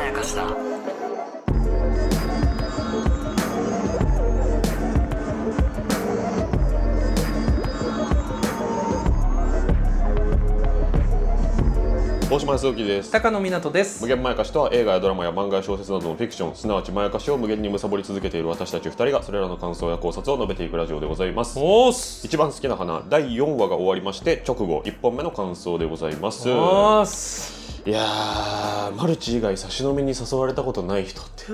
やかしだ大島康之です高野湊です無限まやかしとは映画やドラマや漫画や小説などのフィクションすなわちまやかしを無限に貪り続けている私たち2人がそれらの感想や考察を述べていくラジオでございますおーす一番好きな花第4話が終わりまして直後1本目の感想でございますいおーすやーマルチ以外差し飲みに誘われたことない人って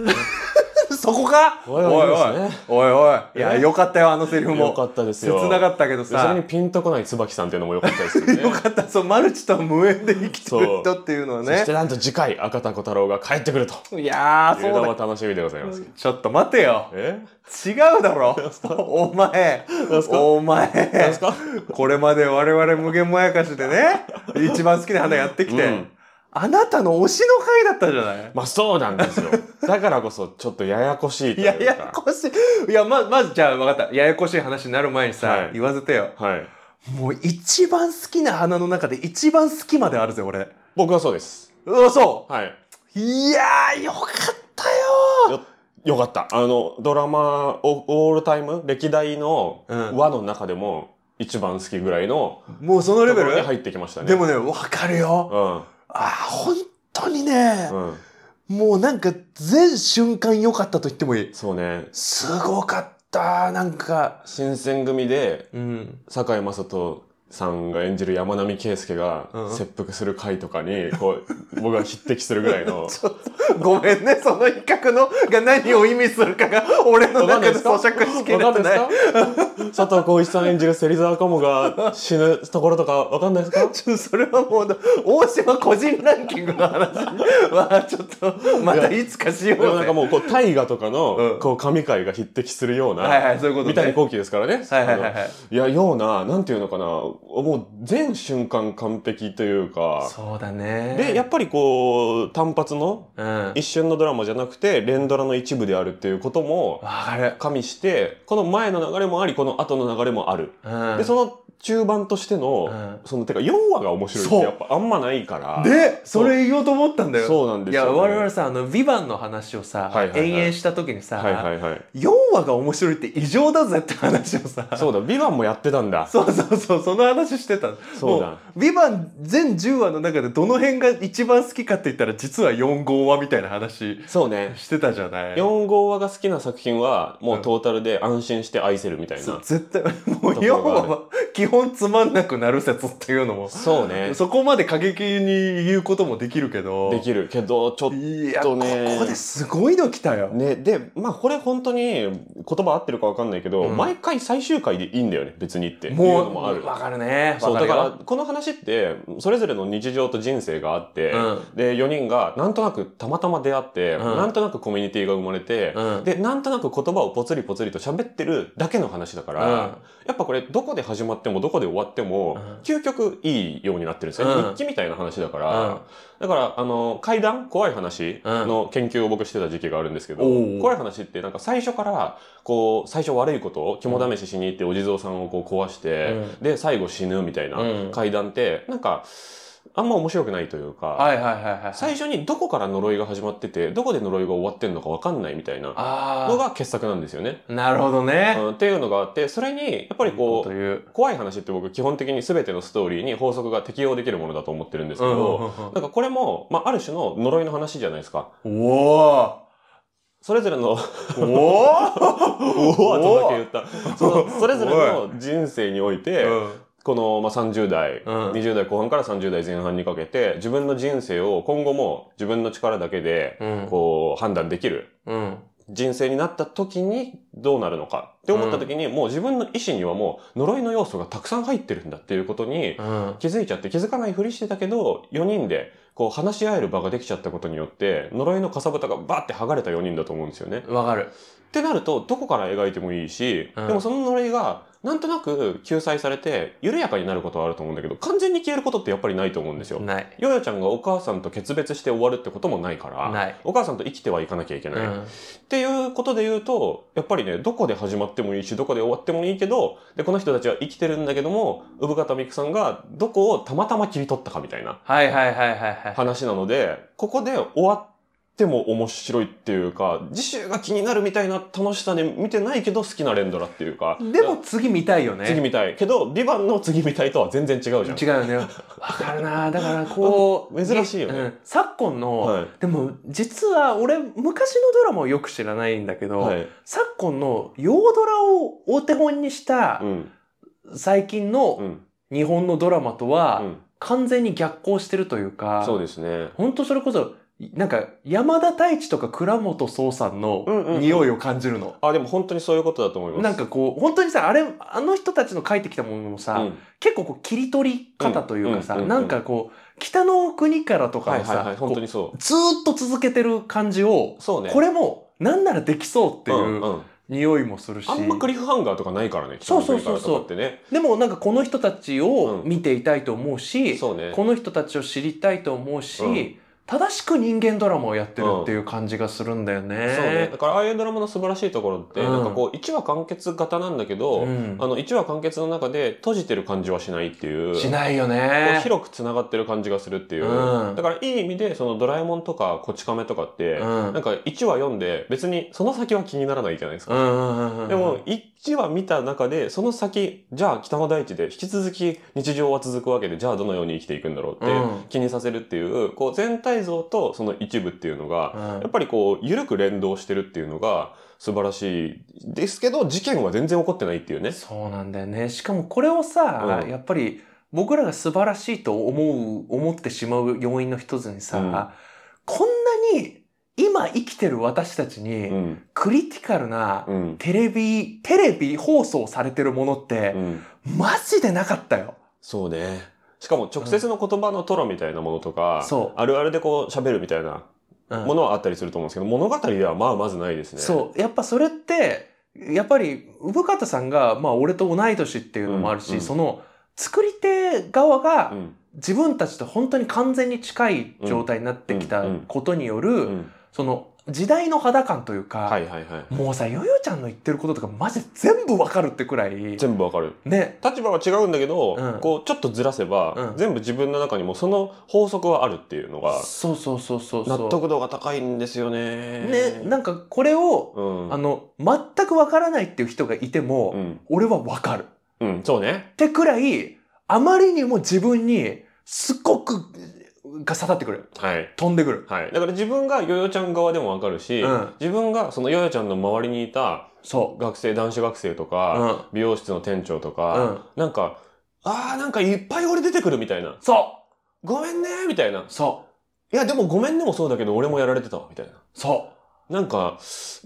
そこかおおいいおいおいおいおいいやよかったよあのセリフもよかったですよ切なかったけどそれにさピンとこない椿さんっていうのも良かったですよね よかったそうマルチとは無縁で生きてる人っていうのはそしねてなんと次回赤田小太郎が帰ってくるといやーいうのそもうだ楽しみでございますけどちょっと待てよえ違うだろお前すかおなん前ですかこれまで我々無限まやかしでね一番好きな花やってきて、うんあなたの推しの回だったじゃないまあそうなんですよ。だからこそちょっとややこしいというやか。やこしい。いや、ま、まずじゃあ分かった。ややこしい話になる前にさ、はい言わせてよ。はい。もう一番好きな花の中で一番好きまであるぜ、俺。僕はそうです。うわ、そはい。う。いやー、よかったよよよかった。あの、ドラマ、オオールタイム、歴代のうん和の中でも一番好きぐらいのもうそのレレベル、入ってきましたね。でもね、わかるよ。うあー、本当にね、ん。うん。もうなんか全瞬間良かったと言ってもいい。そうね。すごかった、なんか。新選組で、うん。堺雅人さんが演じる山並圭介がうん切腹する回とかに、こう、 僕は匹敵するぐらい の。ごめんね、その比較のが何を意味するかが俺の中で咀嚼しきれわかてんない。ですか佐藤浩市さん演じる芹沢鴨が死ぬところとかわかんないですかちょっとそれはもう、大島個人ランキングの話 は、ちょっと、またいつかしよ うでもなんかね。もうこう大河とかのうんこう神回が匹敵するような、はいはいそういうことね三谷幸喜ですからね。はいはいはいはいあのいやようななんていうのかなもう全瞬間完璧というか。そうだね。でやっぱりこう単発のうん。わ一瞬のドラマじゃなくて連ドラの一部であるっていうこともかる。加味してこの前の流れもありこの後の流れもあるうん。でその中盤としての、うんそのてか4話が面白いってそうやっぱあんまないからでそれ言おうと思ったんだよ。そうなんですよいねや、我々さ、あの、ヴィヴァンの話をさ、はいはいはい延々した時にさ、はいはいはい4話が面白いって異常だぜって話をさ、そうだ「ビバンもやってたんだそうそうそう、その話してた。そうだもう。ビバン全10話の中でどの辺が一番好きかって言ったら、実は4、5話みたいな話そうねしてたじゃない。 4号話が好きな作品はもううんトータルで安心して愛せるみたいな、そう絶対もう要は基本つまんなくなる説っていうのもそうねそこまで過激に言うこともできるけどできるけどちょっといやとこねこですごいの来たよ、ねでまあこれ本当に言葉合ってるかわかんないけど、うん毎回最終回でいいんだよね別にっていうものうもあるわかるねそうわだかるからよこの話ってそれぞれの日常と人生があって、うんで4人がなんとなくたまたま出会って、んなんとなくコミュニティが生まれて、うんでなんとなく言葉をポツリポツリと喋ってるだけの話だから、うんやっぱこれどこで始まってもどこで終わっても、うん究極いいようになってるんですよ、うん日記みたいな話だかうんら、だからあの怪談怖い話の研究を僕してた時期があるんですけど、うん怖い話ってなんか最初からこう最初悪いことを肝試ししに行ってお地蔵さんをこう壊して、うで最後死ぬみたいなうん怪談ってなんかあんま面白くないというか、はいはいはいはい最初にどこから呪いが始まっててどこで呪いが終わってんのか分かんないみたいなのあが傑作なんですよね。あなるほどね、うやっんっていうのがあってそれにやっぱりことういう怖い話って僕基本的に全てのストーリーに法則が適用できるものだと思ってるんですけど、なんかこれも、まあ、ある種の呪いの話じゃないですか。うんうんうんおそれぞれのーおおおわとだけ言った。 そのそれぞれおの人生において、ー、うんこの、まあ、30代、うん20代後半から30代前半にかけて、自分の人生を今後も自分の力だけで、うんこう、判断できるうん人生になった時にどうなるのかって思った時に、もう自分の意思にはもう呪いの要素がたくさん入ってるんだっていうことにうん気づいちゃって、気づかないふりしてたけど、4人で、こう話し合える場ができちゃったことによって、呪いのかさぶたがバーって剥がれた4人だと思うんですよね。わかるってなるとどこから描いてもいいし、うんでもその呪いがなんとなく救済されて緩やかになることはあると思うんだけど完全に消えることってやっぱりないと思うんですよ。ないヨヨちゃんがお母さんと決別して終わるってこともないからないお母さんと生きてはいかなきゃいけうない、っんていうことで言うとやっぱりねどこで始まってもいいしどこで終わってもいいけどでこの人たちは生きてるんだけども産方美久さんがどこをたまたま切り取ったかみたいなはいはいはいはいはい話なのでここで終わても面白いっていうか、次週が気になるみたいな楽しさで見てないけど好きな連ドラっていうか。でも、次見たいよね。次見たい。けど、ビバンの次見たいとは全然違うじゃん。違うよね。わかるな。 だからこう。珍しいよねうん昨今の、はでも実は俺昔のドラマをよく知らないんだけい。ど、はい。昨今の洋ドラをお手本にしたうん。最近うのん。日本のドラマとはうん完全に逆行してるというか、そうですね。本当それこそ、なんか山田太一とか倉本壮さうんうんんうのん匂いを感じるの。あ、でも本当にそういうことだと思います。なんかこう、本当にさ、あれ、あの人たちの書いてきたものもさ、うん結構こう切り取り方というかさ、うんうんうんうんなんかこう北の国からとかはいのはいはい。さ、こ本当うにそう。ずーっと続けてる感じを、そうね。これもなんならできそうってうんいううん匂いもするし、あんまクリフハンガーとかないからね。そうそうそうそ北の国からとうかってね。でもなんかこの人たちをうん見ていたいと思うし、そうね。この人たちを知りたいと思うし、うん正しく人間ドラマをやってるっていう感じがするんだよね。そうね。だからああいうドラマの素晴らしいところって、うんなんかこう、1話完結型なんだけど、うんあの、1話完結の中で閉じてる感じはしないっていう。しないよこうね。広くつながってる感じがするっていう、うんだからいい意味でその「ドラえもん」とか「こち亀」とかって、うんなんか1話読んで別にその先は気にならないじゃないですか、うんうんうんうんでも1話見た中でその先じゃあ北の大地で引き続き日常は続くわけでじゃあどのように生きていくんだろうってうん気にさせるっていう,、こう全体像とその一部っていうのが、うやんっぱりこう緩く連動してるっていうのが素晴らしいですけど事件は全然起こってないっていうね。そうなんだよね。しかもこれをさ、うんやっぱり僕らが素晴らしいと思う、思ってしまう要因の一つにさ、うんこんなに今生きてる私たちうにんクリティカルなうんテレビ、テレビ放送されてるものっうて、んマジでなかったよ。そうね。しかも直接の言葉のトロみたいなものとか、そうあるあるでこう喋るみたいなうんものはあったりすると思うんですけど、物語ではまあまずないですね。そう。やっぱそれって、やっぱり、産方さんが、まあ俺と同い年っていうのもあるし、うんうんその、作り手側が、うん。自分たちと本当に完全に近い状態になってきたことによる、うん。その時代の肌感というか、はいはいはい。もうさヨヨちゃんの言ってることとかマジで全部わかるってくらい全部わかる。ね立場は違うんだけど、うんこうちょっとずらせば、うん全部自分の中にもその法則はあるっていうのがそうそうそうそうそう納得度が高いんですよね。ねなんかこれを、うん。あの全くわからないっていう人がいても、うん。俺はわかるっうん。そうね。てくらいあまりにも自分にすっごくが刺さってくるはい。飛んでくる、はい。だから自分がヨヨちゃん側でもわかるし、うん自分がそのヨヨちゃんの周りにいたそ学生、男子学生とう、か、うん、美容室の店長とか、なんか、あーなんかいっぱい俺出てくるみたいな。そごめんねみたいなう。そいや、でもごめんねもそうだけど俺もやられてたわ、みたいな。うそなんか、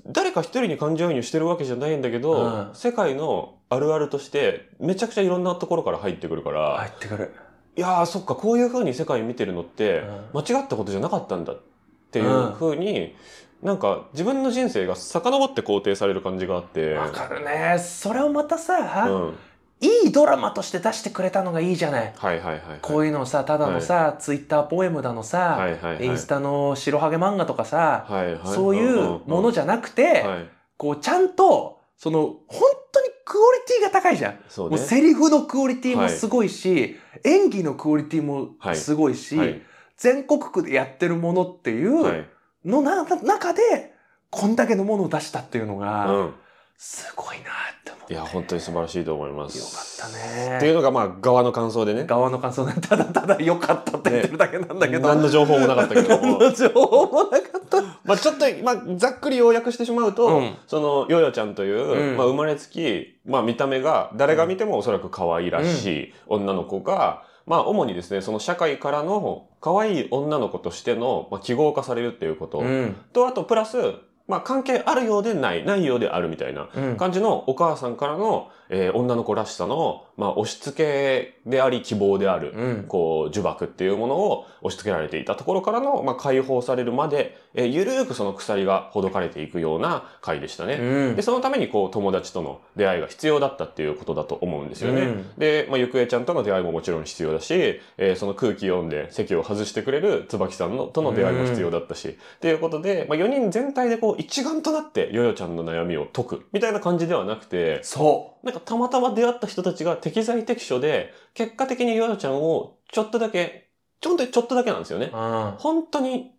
誰か一人に感情移入してるわけじゃないんだけど、うん世界のあるあるとして、めちゃくちゃいろんなところから入ってくるから、う入ってくる、い、やー、そっか、こういう風に世界見てるのって、う間違ったことじゃなかったんだっていう風に、なんか自分の人生が遡って肯定される感じがあって、ん、わかるねそれをまたさ、うん。いいドラマとして出してくれたのがいいじゃない。はいはいはい、はい。こういうのをさ、ただのさ、ツイッターポエムだのさ、はいはいはいインスタの白ハゲ漫画とかさ、はいはい、そういうものじじゃなくて、はい、こうちゃんと、その、本当にクオリティが高いじゃん。そうもうね。セリフのクオリティもすごいし、演技のクオリティもすごいし、はい全国区でやってるものっていういのな、中で、こんだけのものを出したっていうのが、うん、すごいなって思って。いや本当に素晴らしいと思います。よかったっねていうのがまあ側の感想でね。側の感想でただただ良かったって言ってるだけなんだけど、何の情報もなかったけど何 もの情報もなかった。まあちょっと、まあ、ざっくり要約してしまうと、 うんそのヨヨちゃんという、うんまあ、生まれつき、まあ、見た目が誰が見てもおそらく可愛らしい女の子が、まあ、主にですねその社会からの可愛い女の子としての、まあ、記号化されるっていうこと、ん。とあとプラス、まあ、関係あるようでないないようであるみたいなうん。感じのお母さんからの、えー女の子らしさの、まあ、押し付けであり希望である、うん。こう、呪縛っていうものを押し付けられていたところからの、まあ、解放されるまで、えーゆるーくその鎖がほどかれていくような回でしたね。で、そのためにこう、友達との出会いが必要だったっていうことだと思うんですよね。うんで、まあ、ゆくえちゃんとの出会いももちろん必要だし、えーその空気読んで席を外してくれる椿さんのとの出会いも必要だったし、っていうことで、まあ、4人全体でこう、一丸となって、ヨヨちゃんの悩みを解く、みたいな感じではなくて、そなんかたまたま出会った人たちが適材適所で、結果的にヨヨちゃんをちょっとだけ、ちょんとちょっとだけなんですよねう。。うん。本当に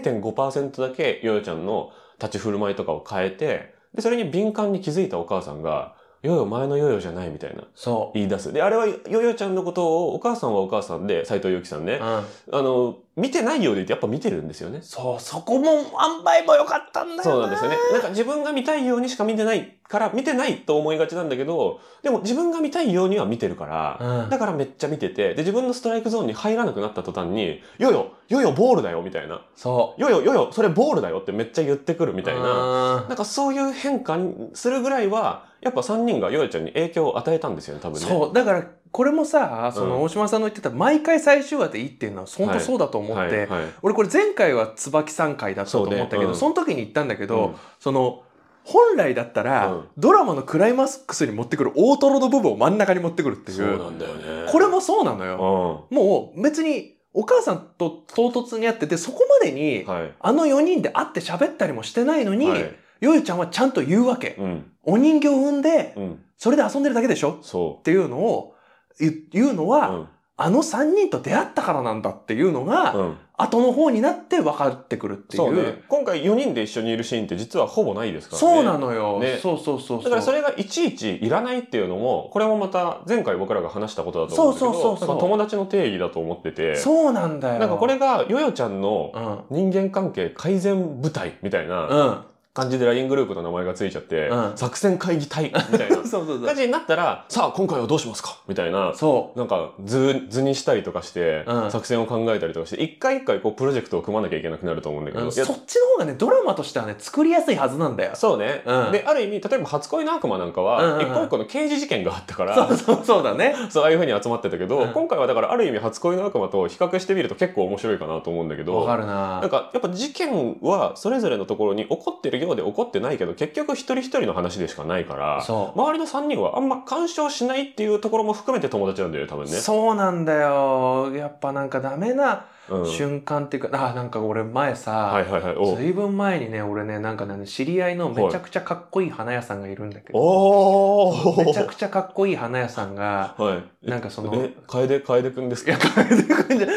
0.5%だけヨヨちゃんの立ち振る舞いとかを変えて、で、それに敏感に気づいたお母さんが、ヨヨ前のヨヨじゃないみたいなそ言い出す。で、あれはヨヨちゃんのことをお母さんはお母さんで、斎藤佑樹さんう。ね、うん。あの、見てないようでいてやっぱ見てるんですよね。そう、そこも、塩梅も良かったんだよな。そうなんですよね。なんか自分が見たいようにしか見てないから、見てないと思いがちなんだけど、でも自分が見たいようには見てるから、うん。だからめっちゃ見てて、で、自分のストライクゾーンに入らなくなった途端に、よよ、よよボールだよ、みたいな。そよよ、よよ、それボールだよってめっちゃ言ってくるう。みたいな。うんなんかそういう変化にするぐらいは、やっぱ3人がよよちゃんに影響を与えたんですよね、多分ね。そう、だから、これもさ、そうの、ん大島さんの言ってた、毎回最終話でいいっていうのは、本当そうだと思っはいて、はい俺これ前回は椿さん回だったとそうね思ったけど、うんその時に言ったんだけど、うんその、本来だったら、うんドラマのクライマックスに持ってくる大トロの部分を真ん中に持ってくるっていそうう。なんだよね。これもそうなのよ。うもう別にお母さんと唐突に会ってて、そこまでにん。、はい。あの4人で会って喋ったりもしてないのに、はいよゆちゃんはちゃんと言うわけ。うん。お人形を産んで、うん。それで遊んでるだけでしょそっていうのを言言うのう。は、うん。あの3人と出会ったからなんだっていうのが、うん。後の方になって分かってくるっていう。そうね。今回4人で一緒にいるシーンって実はほぼないですからね。そうなのよ、ねそうそうそうそう。だからそれがいちいちいらないっていうのも、これもまた前回僕らが話したことだと思うんだけど、そうそうそうそうなんか友達の定義だと思ってて、そうなんだよ。なんかこれがヨヨちゃんのうん。うん。人間関係改善部隊みたいな感じで LINE グループの名前がついちゃって、うん作戦会議隊みたいな そうそうそう感。じになったら、さあ今回はどうしますかみたいな、そなんか図図にしたりとかして、うん作戦を考えたりとかして、一回一回こうプロジェクトを組まなきゃいけなくなると思うんだけう、ど、うんいそやっちの方がね、ドラマとしてはね、作りやすいはずなんだよ。そうね、うんで、ある意味、例えば初恋の悪魔なんかうんうんうんは、一個一個の刑事事件があったから、そうそうそうだね。そう、ああいうふうに集まってたけど、うん今回はだからある意味初恋の悪魔と比較してみると結構面白いかなと思うんだけど、わかるななんかやっぱ事件はそれぞれのところに起こってるようで起こってないけど、結局一人一人の話でしかないから、そう。周りの3人はあんま干渉しないっていうところも含めて友達なんだよね、多分ね。そうなんだよ。やっぱなんかダメなうん瞬間っていうか、あ、なんか俺前はさ、いはいはい。ずいぶん前にね、俺ね、なんかね、知り合いのめちゃくちゃかっこいい花屋さんがいるんだけど、おおーめちゃくちゃかっこいい花屋さんが、はい。えなんかその、え、楓、楓くんですいや、か楓くんじゃ、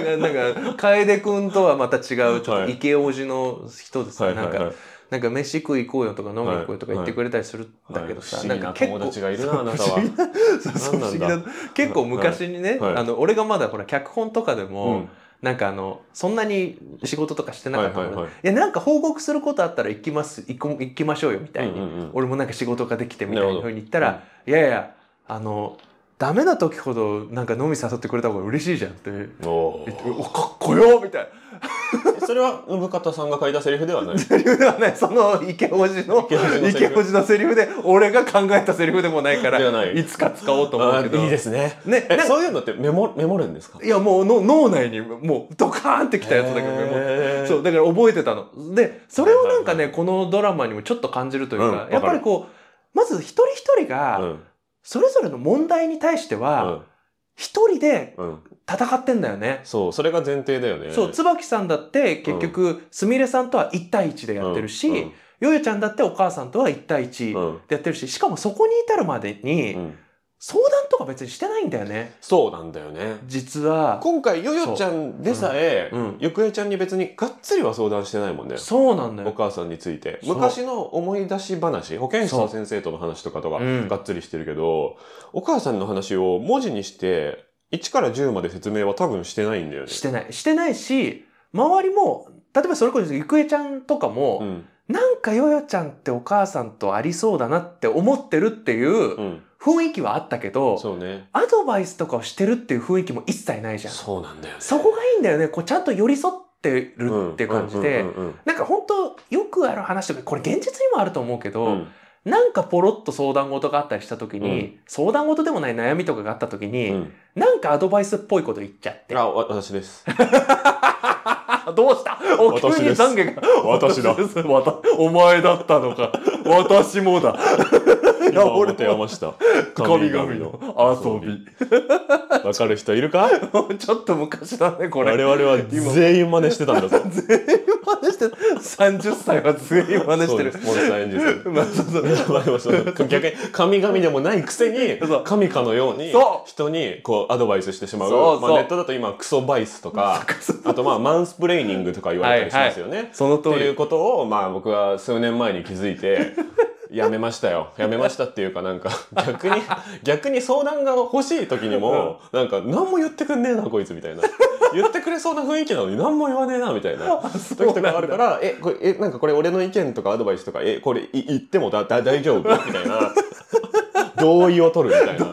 なんか、なんか、楓くんとはまた違う、ちょっとはいイケオジの人ですはね。いはないんはか、い。なんか飯食い行こうよとか飲み行こうよとか言ってくれたりするんだけどさ、はいなはいんか不思議な友達がいるなあなたは 不思議なそうそう不な思ん議なんだな結構昔にね、はいはいあの、俺がまだほら、脚本とかでうも、ん。なんかあの、そんなに仕事とかしてなかったから、はいいはいはいや、なんか報告することあったら行きます、行こ行きましょうよみたいに、うんうんうん俺もなんか仕事ができてみたいななるほふどうに言ったら、いやいや、あの、ダメな時ほどなんか飲み誘ってくれた方が嬉しいじゃんって言って、おーおかっこよみたいそれは、産方さんが書いたセリフでは ない。な。セリフではない、その池おじの、池叔父のセリ池フおじのセリフで、俺が考えたセリフでもないから、ではないつか使おうと思うけど。あーいいですね。ね、えなそういうのってメモ、メモるんですかいやもうの脳内にもうドカーンってきたやつだけどメモってへーそうだから覚えてたの。でそれをなんはかいはいねこのドラマにもちょっと感じるというか、うんやっぱりこうまず一人一人うがんそれぞれの問題に対しては一人でうんうん戦ってんだよね。そう、それが前提だよね。そう椿さんだって結局すみれさんとは1対1でやってるし、うんよよちゃんだってお母さんとは1対う1んでやってるししかもそこに至るまでうにん相談とか別にしてないんだよねそうなんだよね。実は。今回、ヨヨちゃんでさえそううん、ゆくえちゃんに別にがっつりは相談してないもんね。そうなんだおよ。母さんについて。そう昔の思い出し話、保健師の先生との話とかとか、うんがっつりしてるけど、お母さんの話を文字にして、1から10まで説明は多分してないんだよね。してない。してないし、周りも、例えばそれこそゆくえちゃんとかうも、ん。。なんかよよちゃんってお母さんとありそうだなって思ってるっていううん雰囲気はあったけど、そうね。アドバイスとかをしてるっていう雰囲気も一切ないじゃん。そうなんだよね。そこがいいんだよね。こうちゃんと寄り添ってるっていう感じうんうん。でうんうんなんか本当よくある話とか、これ現実にもあると思うけうど、んなんかポロッと相談事があったりした時うに、相談事でもない悩みとかがあった時うに、んなんかアドバイスっぽいこと言っちゃって。あ、わ私 です。あどうしたお 私急にです懺悔が。 私 だですわたお前だったの か。私もだ。いや、今俺持 ても余した。神々の遊び。わかる人いる かちょっと昔だね、こ我れ。々は全員真似してたんだ ぞ。全員真似してる。30歳は全員真似してるそう。ですモンスターエンジンさん。まあ、そうそう。わかりました逆に神々でもないくせにそう神かのようにそう人にこうアドバイスしてしまうそうそうまあ、ネットだと今クソバイスとかクソあこと、まあ、マンスプレーニングとか言われたりしますよね。その通といりうことを、まあ僕は数年前に気づい て、やめましたよ。やめましたっていうかなんか、逆 に、逆に相談が欲しい時にも、なんか、何も言ってくんねえな、こいつみたいな。言ってくれそうな雰囲気なのに何も言わねえな、みたいな時とかあるから、え、これ、え、なんかこれ俺の意見とかアドバイスとか、え、これい言ってもだだ大丈夫みたいな。 同意を取るみたいな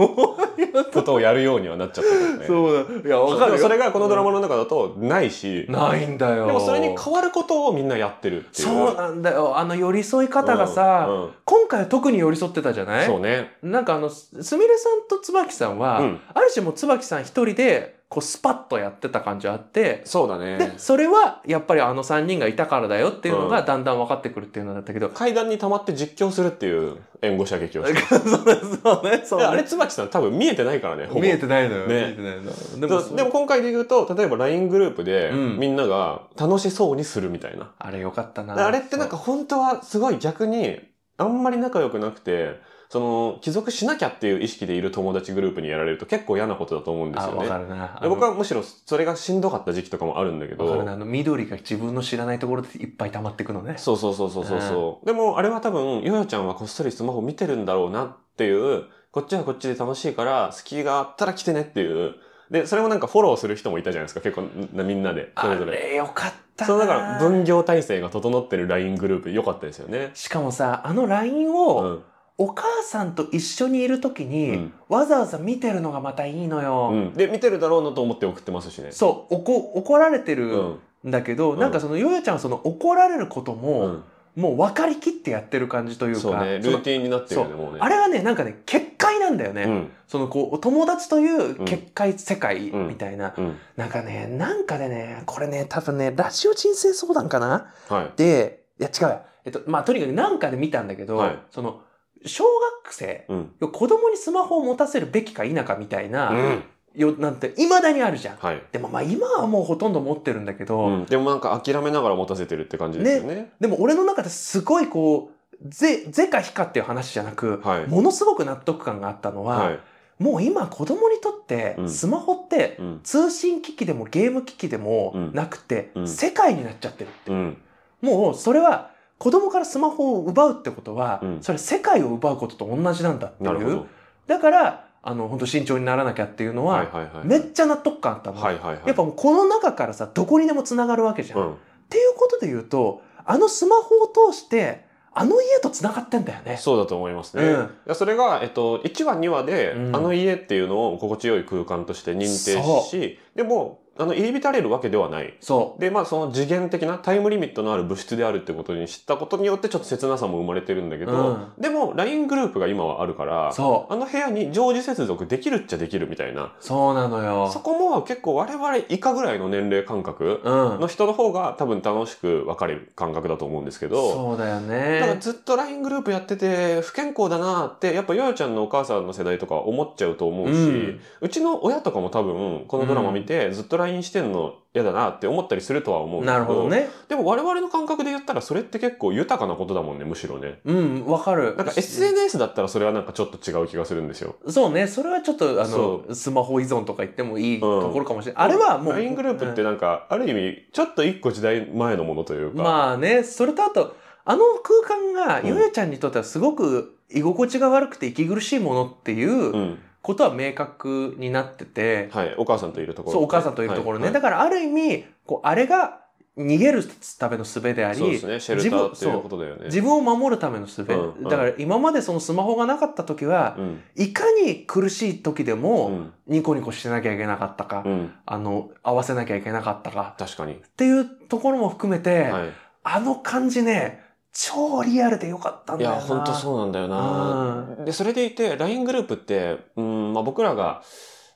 ことをやるようにはなっちゃったんですね。そうだいやわでかるもよそれがこのドラマの中だとないし、ないんだよでもそれに変わることをみんなやってるっていう。そうなんだよあの寄り添い方がさ、うんうん今回は特に寄り添ってたじゃないそうね。なんかあのすすみれさんと椿さんは、うんある種もう椿さん一人でこうスパッとやってた感じあってそうだでね。それはやっぱりあの3人がいたからだよっていうのうがだんだん分かってくるっていうのだったけど、 階段に溜まって実況するっていう援護射撃をしてそうねそうでねあれ椿さん多分見えてないからねほぼ見えてないのよ、ね見えてないのででもそうでも今回で言うと例えば LINE グループでうんみんなが楽しそうにするみたいな、あれよかったなであれってなんか本当はすごい逆にあんまり仲良くなくてその帰属しなきゃっていう意識でいる友達グループにやられると結構嫌なことだと思うんですあよ分ねかるなで僕はむしろそれがしんどかった時期とかもあるんだけ分かるどなあの緑が自分の知らないところでいっぱい溜まってくのねそうそうそうそうそうそう。でもあれは多分、ヨヨちゃんはこっそりスマホ見てるんだろうなっていう、こっちはこっちで楽しいから、隙があったら来てねっていう。で、それもなんかフォローする人もいたじゃないですか、結構なみんなで、そあれぞれ。れよかったなそのだから分業体制が整ってる LINE グループ良かったですよね。しかもさあの LINE うを、ん。お母さんと一緒にいる時に、うんわざわざ見てるのがまたいいのよ、うん、で、見てるだろうなと思って送ってますしね。そうおこ怒られてうるん。んだけど、うんなんかそのヨヨちゃんはその怒られることうも、ん。もう分かりきってやってる感じというかそうね、ルそのーティンになってるよね、もうね。あれがねなんかね結界なんだよね、うん。そのこう友達という結界世界うんみたいな、うん。なんかねなんかでねこれね多分ねラジオ人生相談かなはい。で、いや違うや。えっと、まあ、とにかくなんかで見たんだけど、はいその、小学生、うん。子供にスマホを持たせるべきか否かみたいうな、ん。よ、なんて、未だにあるじゃん。はい。でもまあ今はもうほとんど持ってるんだけど、うん。でもなんか諦めながら持たせてるって感じですよね。でも俺の中ですごいこう、ぜ、ぜか非かっていう話じゃなく、はいものすごく納得感があったのは、はい。もう今子供にとってう、んスマホって、うん。通信機器でもゲーム機器でもうんなくて、うん世界になっちゃってうる。ん。もうそれは子供からスマホを奪うってことは、うんそれは世界を奪うことと同じなんだってなるほいうど。だからあの本当慎重にならなきゃっていうのは、はいはいはい。めっちゃ納得感あったの、はいはいはい。やっぱもうこの中からさどこにでもつながるわけじゃん、うっん。ていうことで言うとあのスマホを通してあの家とつながってんだよねそうだと思いますね。うんいやそれが、えっと、1話2話で、うんあの家っていうのを心地よい空間として認定そし、でも、あの、入り浸れるわけではない。そで、まあ、その次元的なタイムリミットのある物質であるってことに知ったことによって、ちょっと切なさも生まれてるんだけど、でも、LINE グループが今はあるからう、そうあの部屋に常時接続できるっちゃできるみたいな。そうなのそよこも結構我々以下ぐらいの年齢感覚うんの人の方が多分楽しく分かれる感覚だと思うんですけど、そうだだよからねずっと LINE グループやってて不健康だなってやっぱヨヨちゃんのお母さんの世代とか思っちゃうと思うし、ううんちの親とかも多分このドラマ見てずっと LINE してんの嫌だなって思ったりするとは思うんだなけるほどねでも我々の感覚で言ったらそれって結構豊かなことだもんねむしろねうんわかるなんか SNS だったらそれはなんかちょっと違う気がするんですよそうね、それはちょっとあそのスマホ依存とか言ってもいいうんところかもしれない。あれはもう LINE グループってうんなんかある意味ちょっと一個時代前のものというか、まあね、それとあとあの空間うんがゆやちゃんにとってはすごく居心地が悪くて息苦しいものっていうううんことは明確になってて、はい、お母さんといるところ、そうお母さんといるところね、はいだからある意味こうあれが逃げるための術であはいり、そうですねシェルターっていうことだよね自分を守るための術、うんだから今までそのスマホがなかった時は、うんいかに苦しい時でうもんニコニコしてなきゃいけなかったか。うん、あの、合わせなきゃいけなかったか確かに、っていうところも含めて、はいあの感じね、超リアルでよかったんいだよや、な。本当そうなんだよな。で、それでいて、LINE グループって、うん、まあ僕らが、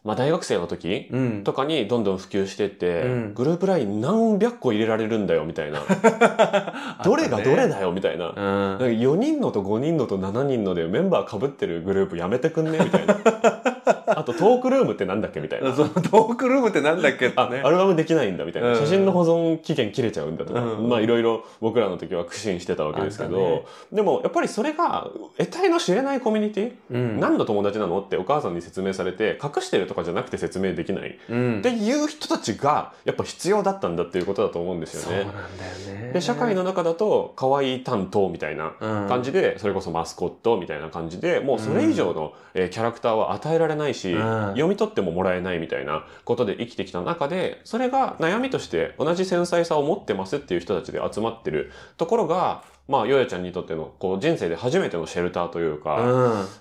まあ大学生の時う。うん。とかにどんどん普及してって、うんグループ LINE 何百個入れられるんだよ、みたいな。どれがどれだよ、みたいな。うん。なんか4人のと5人のと7人のでメンバー被ってるグループやめてくんねみたいな。とトークルームってなんだっけみたいな。そのトークルームってなんだっけってあ、ねア。ルバムできないんだみたいな、うん写真の保存期限切れちゃうんだとか、うんまあいろいろ僕らの時は苦心してたわけですけど、あっでもやっぱりそれが得体の知れないコミュニティ、うん何の友達なのってお母さんに説明されて隠してるとかじゃなくて説明できないうんっていう人たちがやっぱ必要だったんだっていうことだと思うんですそうよね。なんだよね。で社会の中だと可愛い担当みたいな感感じでそれこそマスコットみたいな感じでもうそれ以上のえーキャラクターは与えられないしうん読み取ってももらえないみたいなことで生きてきた中でそれが悩みとして同じ繊細さを持ってますっていう人たちで集まってるところがまあヨヤちゃんにとってのこう人生で初めてのシェルターというか。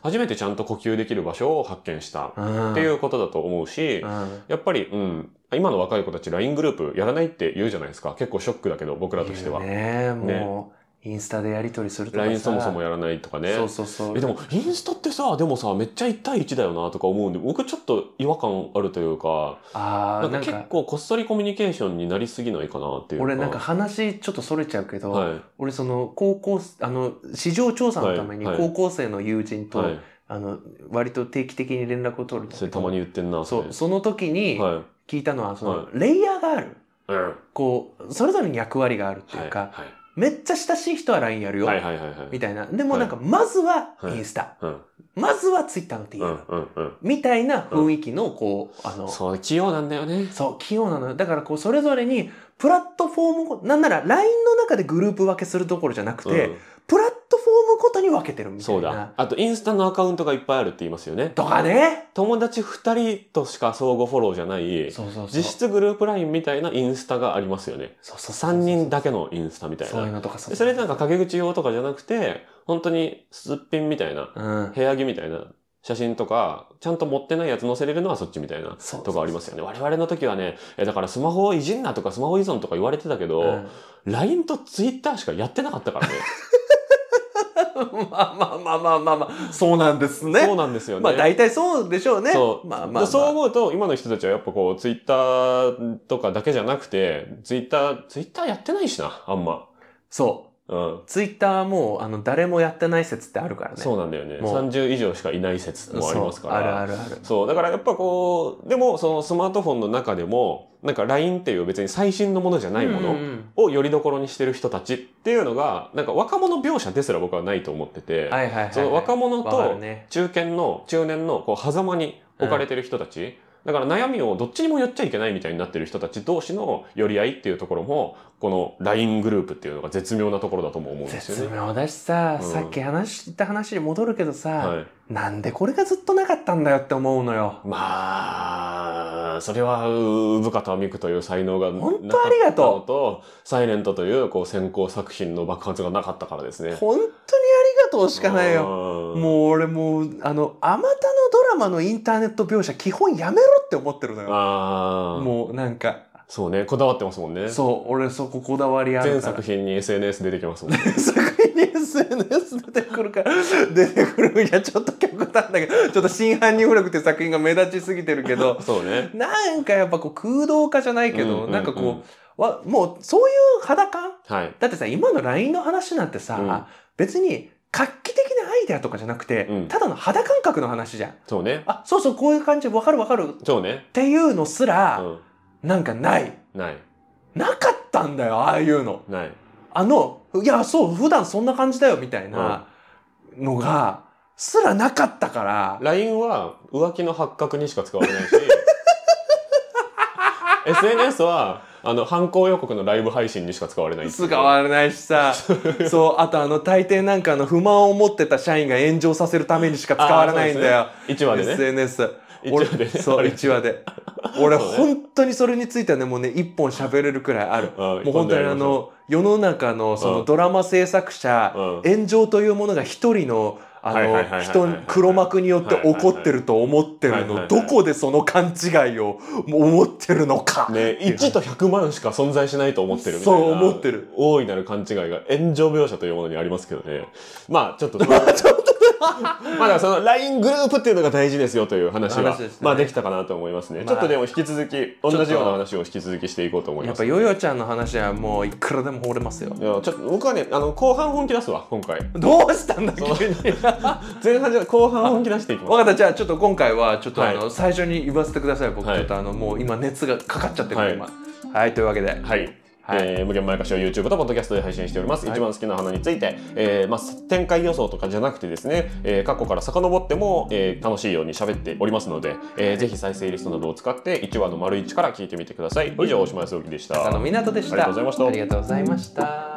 初めてちゃんと呼吸できる場所を発見したっうん。ていううことだと思うし、ん。やっぱり、うん、今の若い子たち LINE グループやらないって言うじゃないですか。結構ショックだけど、僕らとしては。いいよねもう、インスタでやり取りするとかさ。 LINE そもそもやらないとかね。そうそうそう。えでもインスタってさでもさめっちゃ1対1だよなとか思うんで僕ちょっと違和感あるというかあなあ、んかなん結か、構こっそりコミュニケーションになりすぎないかなっていうか俺なんか話ちょっとそれちゃうけど、はい俺その高校、あの、市場調査のためにはいはい高校生の友人と、はいあの、割と定期的に連絡を取るんだけどそれたまに言ってんなそう、その時れにはい聞いたのは、そのは、レイヤーがある。うんはこう、それぞれに役割があるっていういか、はめっちゃ親しい人は LINE やるいよは。いはいはいはいみたいな。でもなんか、まずはインスタ。うんまずはツイッターの DM。うんうんうんみたいな雰囲気の、こう、あの、そう器用なんだよねそう、器用なのよ。だからこう、それぞれに、プラットフォームご、なんなら LINE の中でグループ分けするところじゃなくて、うんプラットフォームごとに分けてるみたそいうだな。。あと、インスタのアカウントがいっぱいあるって言いますよね。とかね。友達2人としか相互フォローじゃない、そうそうそう。実質グループラインみたいなインスタがありますよね。そうそうそう3人だけのインスタみたいそういうな。のとかさ。でそれなんか陰口用とかじゃなくて、本当にすっぴんみたいな、うん。部屋着みたいな写真とか、ちゃんと持ってないやつ載せれるのはそっちみたいな。そうとかありますよね。我々の時はね、えだからスマホをいじんなとかスマホ依存とか言われてたけど、うん LINE と Twitter しかやってなかったからね。まあまあまあまあまあまあ、そうなんです ね。そうなんですよね。まあ大体そうでしょうね。そうまあまあ、まあ。そう思うと、今の人たちはやっぱこう、ツイッターとかだけじゃなくて、ツイッター、ツイッターやってないしな、あんま。そう。うん。ツイッターも、あの、誰もやってない説ってあるからね。そうなんだよね。もう30以上しかいない説もありますから。そうあるあるある。そう。だからやっぱこう、でもそのスマートフォンの中でも、なんか LINE っていう別に最新のものじゃないもうんうのんをよりどころにしてる人たちっていうのが、なんか若者描写ですら僕はないと思ってて、うんはいはいはい。その若者わかとるね中堅の中年のこう狭間に置かれてる人たち、だから悩みをどっちにも言っちゃいけないみたいになってる人たち同士の寄り合いっていうところもこの LINE グループっていうのが絶妙なところだとも思うんです絶よね。妙だしさ、うんさっき話した話に戻るけどさ、はい、なんでこれがずっとなかったんだよって思うのよ。まあそれはう生方美久という才能がなかっ本たの当ありがとうと「サイレントというこう先行作品の爆発がなかったからですね。本当にありがとうしかないよ。ようもう俺もう、あの、あまたのドラマのインターネット描写基本やめろって思ってるのよ。あーもうなんか、そうねこだわってますもんね。そう、俺そここだわりある全から作。品に SNS 出てきますもんね。 作品に SNS 出てくるから出てくるいやちょっと極端だけどちょっと「真犯人フラグ」っていう作品が目立ちすぎてるけどそうね。なんかやっぱこう空洞化じゃないけうんうんどうんなんかこうわもうそういう肌感はい。だってさ今の LINE の話なんてうんさ別に画期的なアイデアとかじゃなくてうんただの肌感覚の話じゃん。そうね。あそうそうこういう感じわかるわかるっそうね。ていうのすうらん。なんかない。ない。なかったんだよああいうの。ない。あの、いや、そう、普段そんな感じだよ、みたいなのが、すらなかったから、 LINE は浮気の発覚にしか使われ ないし、SNS は、あの、犯行予告のライブ配信にしか使われないっていう使われないしさ、 そう、あとあの、大抵なんかあの、不満を持ってた社員が炎上させるためにしか使われないんだよ。一話でね。 SNS。一俺話でね。そあう、れ1話で。俺、そうね本当にそれについてはね、もうね、一本喋れるくらいある。あもう本当にあ、の、世の中のそうのんドラマ制作者、今度やりましょう炎上というものが一人のあはいはいはいはいのはい人黒幕によって起こってると思ってるはいはいはのいどこでその勘違いを思ってるのか、うん。ね、1と100万しか存在しないと思ってるみたいなそう思ってる 大いなる勘違いが炎上描写というものにありますけどねまあちょっとちょっとまあだからその LINE グループっていうのが大事ですよという話は話ですねまあできたかなと思いますね、まちあょっとでも引き続き同じような話を引き続きしていこうと思いまやっすぱヨヨちゃんの話はもういくらでも掘れますよいやちょっと僕はねあの後半本気出すわ今 回どうしたんだ急に前半じゃない後半本気出していきます分かったじゃあちょっと今回はちょっとあの、は最初に言わせてください僕、はいちょっとあのもう今熱がかかっちゃってる、はい今はいというわけではい。はいえー無限前歌詞を YouTube とポッドキャストで配信しております、はい一番好きな花について、えーまあ、展開予想とかじゃなくてですね、えー過去から遡っても、えー楽しいように喋っておりますので、えーぜひ再生リストなどを使って1話の丸1から聞いてみてください以上大島康之でしたあの港でしたありがとうございましたありがとうございました